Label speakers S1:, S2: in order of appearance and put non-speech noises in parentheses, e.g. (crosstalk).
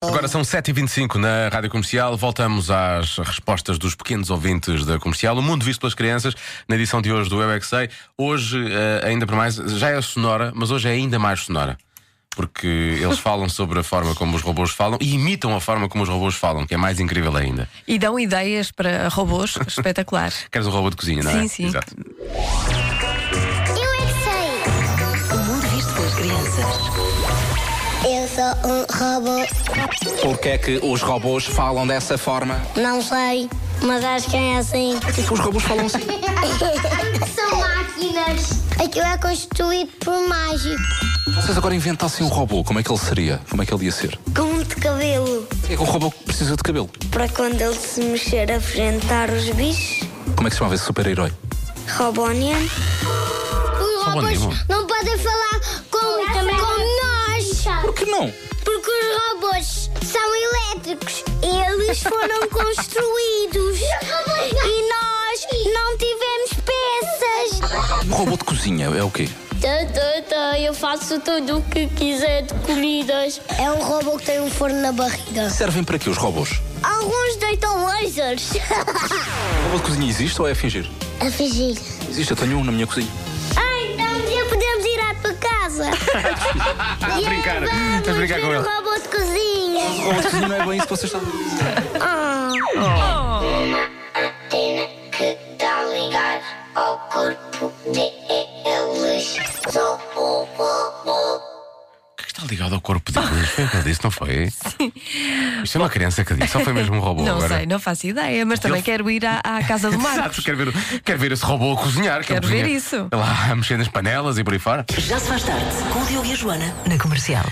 S1: Agora são 7h25 na Rádio Comercial. Voltamos às respostas dos pequenos ouvintes da Comercial. O mundo visto pelas crianças, na edição de hoje do Eu É Que Sei. Hoje, eh, ainda por mais, já é sonora, mas hoje é ainda mais sonora. Porque eles falam sobre a forma como os robôs falam e imitam a forma como os robôs falam, que é mais incrível ainda.
S2: E dão ideias para robôs espetaculares.
S1: Queres um robô de cozinha, não é?
S2: Sim, sim.
S1: Exato.
S3: Eu é que sei.
S4: O mundo visto pelas crianças.
S3: Eu sou um robô.
S5: Porque é que os robôs falam dessa forma?
S3: Não sei, mas acho que é assim.
S5: Porquê que os robôs falam assim?
S3: (laughs) São máquinas. Aquilo é construído por mágico.
S5: Vocês agora inventassem um robô, como é que ele seria? Como é que ele ia ser?
S3: Com muito cabelo.
S5: É que um robô que precisa de cabelo.
S3: Para quando ele se mexer afrentar os bichos.
S5: Como é que se chamava esse super-herói?
S3: Robonian. Os
S1: robôs Robonian.
S3: não podem falar como, nós.
S5: Por que não?
S3: Porque os robôs são elétricos. Eles (laughs) foram construídos. E nós não tivemos peças.
S5: Um robô de cozinha é o quê?
S3: Tá,
S6: Eu faço tudo o que quiser de comidas.
S3: É um robô que tem um forno na barriga.
S5: Servem para quê os robôs?
S3: Alguns deitam lasers.
S5: O Um robô de cozinha existe ou é a fingir?
S3: (laughs) A fingir.
S5: Existe, eu tenho um na minha cozinha.
S3: Ah, então um dia podemos ir à tua casa.
S1: (laughs)
S3: Estás a
S1: brincar. Estás a brincar com ele.
S3: robô de cozinha.
S5: O robô de cozinha não é bem isso que vocês estão a dizer.
S7: antena que dá ligar ao corpo deles. Sou o robô.
S1: O que é que está ligado ao corpo deles? Foi o que ele disse, não
S2: (laughs)
S1: foi? Sim. Isto é uma criança que disse, ou foi mesmo um robô
S2: não
S1: agora?
S2: sei, não faço ideia, mas também
S1: Ele-
S2: quero ir à, à
S1: (laughs)
S2: casa do
S1: Exato,
S2: Marcos.
S1: quero ver, quero ver esse robô a cozinhar. que é um ele
S2: Quero ver
S1: cozinha
S2: isso.
S1: Lá, a mexer nas panelas e por aí fora.
S4: Já se faz tarde com o Diogo e a Joana na comercial.